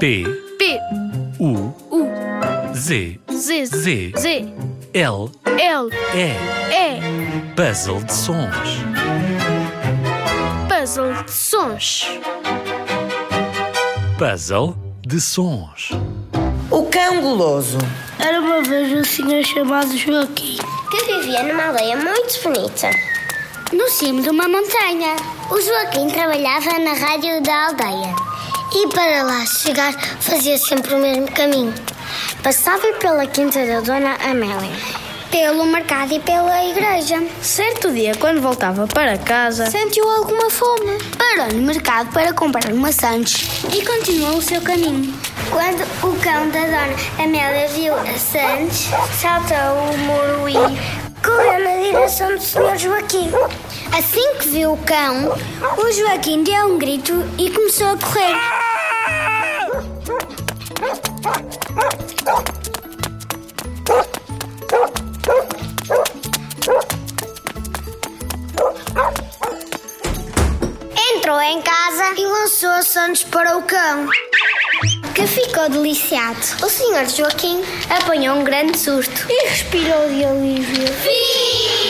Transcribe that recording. T, P, U, U, Z, Z, Z. Z, L, L, E. E, Puzzle de sons. puzzle de sons. Puzzle de sons. O cão guloso. Era uma vez um senhor chamado Joaquim. que vivia numa aldeia muito bonita, No cimo de uma montanha. O Joaquim trabalhava na rádio da aldeia. E para lá chegar, fazia sempre o mesmo caminho. Passava pela quinta da Dona Amélia. Pelo mercado e pela igreja. Certo dia, quando voltava para casa, sentiu alguma fome. Parou no mercado para comprar maçãs e continuou o seu caminho. Quando o cão da Dona Amélia viu a Santos, saltou o muro e correu na direção do Sr. Joaquim. Assim que viu o cão, o Joaquim deu um grito e começou a correr. Entrou em casa e lançou a Santos para o cão, que ficou deliciado. O Sr. Joaquim apanhou um grande surto e respirou de alívio. Viva!